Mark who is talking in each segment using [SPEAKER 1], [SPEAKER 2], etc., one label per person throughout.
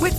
[SPEAKER 1] With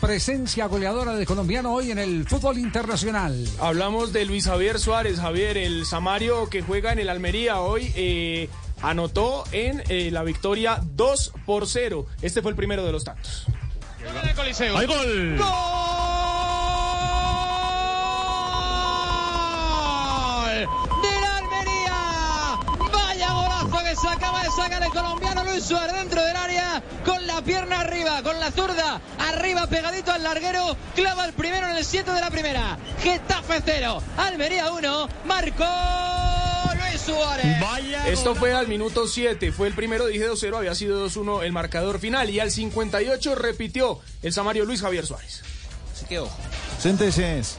[SPEAKER 2] Presencia goleadora del colombiano hoy en el fútbol internacional.
[SPEAKER 3] Hablamos de Luis Javier Suárez, Javier, el Samario que juega en el Almería hoy. eh, Anotó en eh, la victoria 2 por 0. Este fue el primero de los tantos.
[SPEAKER 4] ¡Hay gol! ¡Gol! ¡De la Almería! ¡Vaya golazo que se acaba de sacar el colombiano Luis Suárez dentro del área! Con la pierna arriba, con la zurda, arriba pegadito al larguero, clava el primero en el 7 de la primera. Getafe 0, Almería 1, marcó Luis Suárez. ¡Vaya
[SPEAKER 3] Esto fue al minuto 7. Fue el primero, dije 2-0. Había sido 2-1 el marcador final. Y al 58 repitió el Samario Luis Javier Suárez.
[SPEAKER 5] Sentences.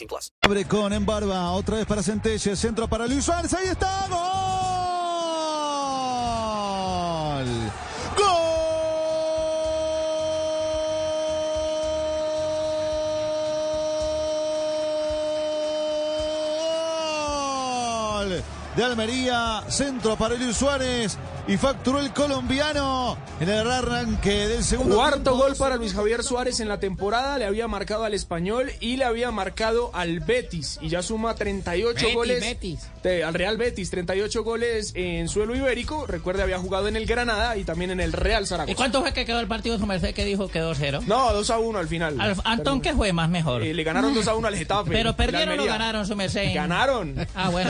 [SPEAKER 5] Abre con en barba, otra vez para Centelles, centro para Luis Suárez, ahí está, gol. Gol de Almería, centro para Luis Suárez y facturó el colombiano en el arranque del segundo
[SPEAKER 3] Cuarto
[SPEAKER 5] tiempo.
[SPEAKER 3] gol para Luis Javier Suárez en la temporada. Le había marcado al Español y le había marcado al Betis. Y ya suma 38 goles. Te- al Real Betis, 38 goles en suelo ibérico. Recuerde, había jugado en el Granada y también en el Real Zaragoza.
[SPEAKER 6] ¿Y cuánto fue que quedó el partido su merced que dijo que 2-0?
[SPEAKER 3] No, 2 a 1 al final.
[SPEAKER 6] Al- Antón, ¿qué fue más mejor?
[SPEAKER 3] Eh, le ganaron 2 a 1 al Getafe.
[SPEAKER 6] ¿Pero
[SPEAKER 3] el
[SPEAKER 6] perdieron o
[SPEAKER 3] Almería.
[SPEAKER 6] ganaron su merced?
[SPEAKER 3] Ganaron.
[SPEAKER 6] Ah, bueno.